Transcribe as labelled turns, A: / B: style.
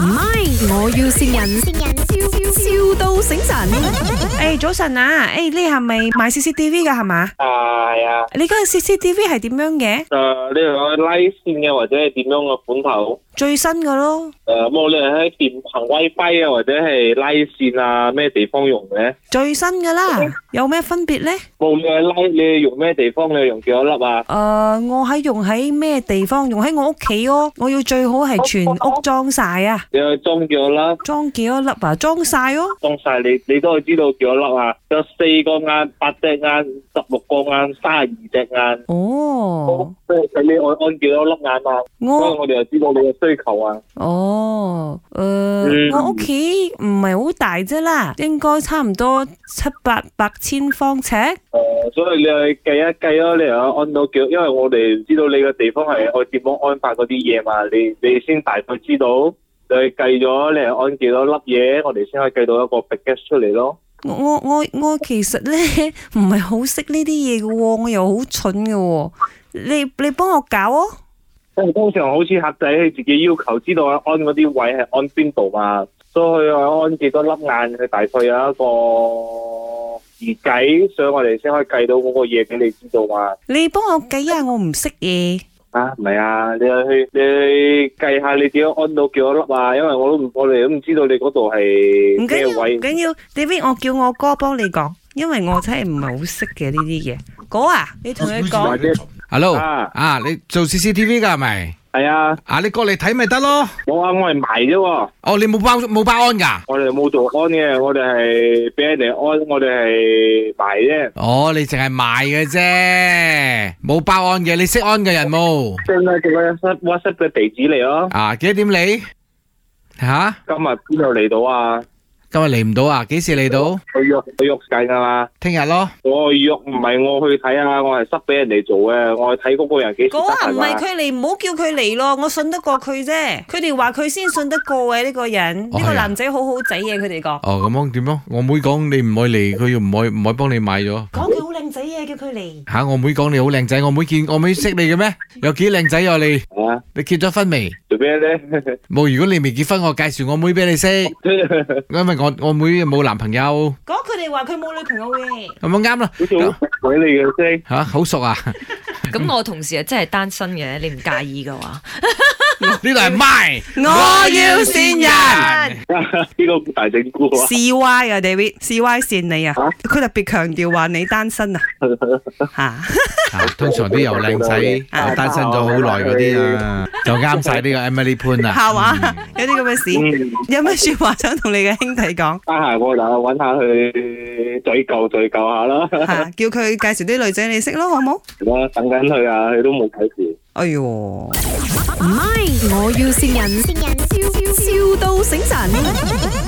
A: 唔係，我要善人，笑笑到醒神。
B: 诶，早晨啊！诶，你係咪買 CCTV 㗎？係嘛？
C: 啊，系啊，
B: 你嗰個 CCTV 係點樣嘅？
C: 诶、你話拉線嘅或者係點樣嘅款頭？
B: 最新嘅咯，
C: 诶、冇你係喺電憑 WiFi 啊，或者係拉線啊，咩地方用嘅？
B: 最新嘅啦，有咩分別呢？
C: 冇你係拉，你係用咩地方？你係用幾多粒啊？
B: 诶、我喺用喺咩地方？用喺我屋企咯，我要最好係全屋裝晒啊！
C: 你去裝幾多粒？
B: 裝幾多粒啊？裝晒咯，
C: 裝晒你，你都可以知道幾多粒啊？有四個眼、八隻眼、十六個眼、三十二隻眼。
B: 哦，
C: 即係睇你按按幾多粒眼啊？所以
B: 我
C: 我哋就知道你嘅需求啊。
B: 哦，诶、
C: 嗯
B: 我屋企唔係好大啫啦，應該差唔多七八百千方尺。
C: 诶、哦所以你去計一計咯，你又啊按到幾，因為我哋知道你個地方係我點樣安排嗰啲嘢嘛，你你先大概知道，你去計咗你係按幾多粒嘢，我哋先可以計到一個 b i g e s 出嚟咯。
B: 我我我我其實咧 唔係好識呢啲嘢嘅喎，我又好蠢嘅喎、你你幫我搞哦，
C: 因為通常好似客仔佢自己要求知道按嗰啲位係按邊度嘛，所以佢話按幾多粒眼，佢大概有一個預計，所以我哋先可以計到嗰個嘢俾你知道嘛。
B: 你幫我計啊，我唔識嘢。
C: 啊，唔係啊，你去你去計下你點樣安到幾多粒啊？因為我都唔，我哋都唔知道你嗰度係
B: 唔緊
C: 咩
B: 要，唔
C: 位。
B: 緊要，你俾我叫我哥幫你講，因為我真係唔係好識嘅呢啲嘢。哥啊，你同佢講，
D: Hello，
C: 啊
D: 啊，你做 CCTV 噶系咪？
C: 係啊，
D: 啊，你過嚟睇咪得咯。
C: 我啱我係埋啫喎，
D: 哦，你冇包冇包安噶？
C: 我哋冇做安嘅，我哋係俾人哋安，我哋係埋啫。
D: 哦，你淨係賣嘅啫，冇包安嘅。你識安嘅人冇？
C: 真係叫佢 WhatsApp WhatsApp 嘅地址嚟咯。
D: 啊，幾多點嚟？吓、
C: 今日邊度嚟到啊？
D: 今日嚟唔到啊？幾時嚟到？
C: 佢約佢約緊啊嘛，
D: 聽日咯。
C: 我約唔係我去睇啊，我係塞俾人哋做嘅，我係睇嗰個人幾時
B: 哥
C: 得
B: 啊，唔
C: 閒
B: 係
C: 啊。
B: 佢嚟，唔好叫佢嚟咯，我信得過佢啫。佢哋話佢先信得過嘅呢個人，呢個
D: 哦係啊
B: 男仔好好仔嘅，佢哋講
D: 哦，咁樣點咯？我妹講你唔可以嚟，佢又唔可以唔可以幫你買咗。
B: 講佢好靚仔嘅，叫佢嚟。
D: 吓、我妹講你好靚仔，我妹見我妹識你嘅咩？有幾靚仔啊你？
C: 係啊，
D: 你結咗婚未？
C: 做咩 咧？
D: 冇，如果你未結婚，我介紹我妹俾你識，
C: 好
D: 因為我我妹冇男朋友。
B: 講佢哋話佢冇女朋友嘅。
D: 咁咪啱啦，
C: 似好鬼你嘅聲。
D: 吓好熟 啊！
E: 咁我同事啊真係單身嘅，你唔介意嘅話，
D: 呢度係 my，
B: 我要善人。
C: 呢個大整蠱啊！
B: C Y 啊，David，C Y 善你啊
C: 啊，
B: 佢特別強調話你單 身啊，吓，
D: 啊通常都有靚仔，
B: 啊
D: 啊單身咗好耐嗰啲啊，就啱晒呢個 Emily 潘啊。
B: 係嘛？有啲咁嘅事，
C: 嗯，
B: 有咩说話想同你嘅兄弟講？
C: 得閒我就揾下佢嘴救嘴救下啦。
B: 吓，叫佢介紹啲女仔你識咯，好冇？
C: 我等緊佢啊，佢都冇睇住。
B: 哎哟。
A: 唔係，我要善人，笑笑到醒神。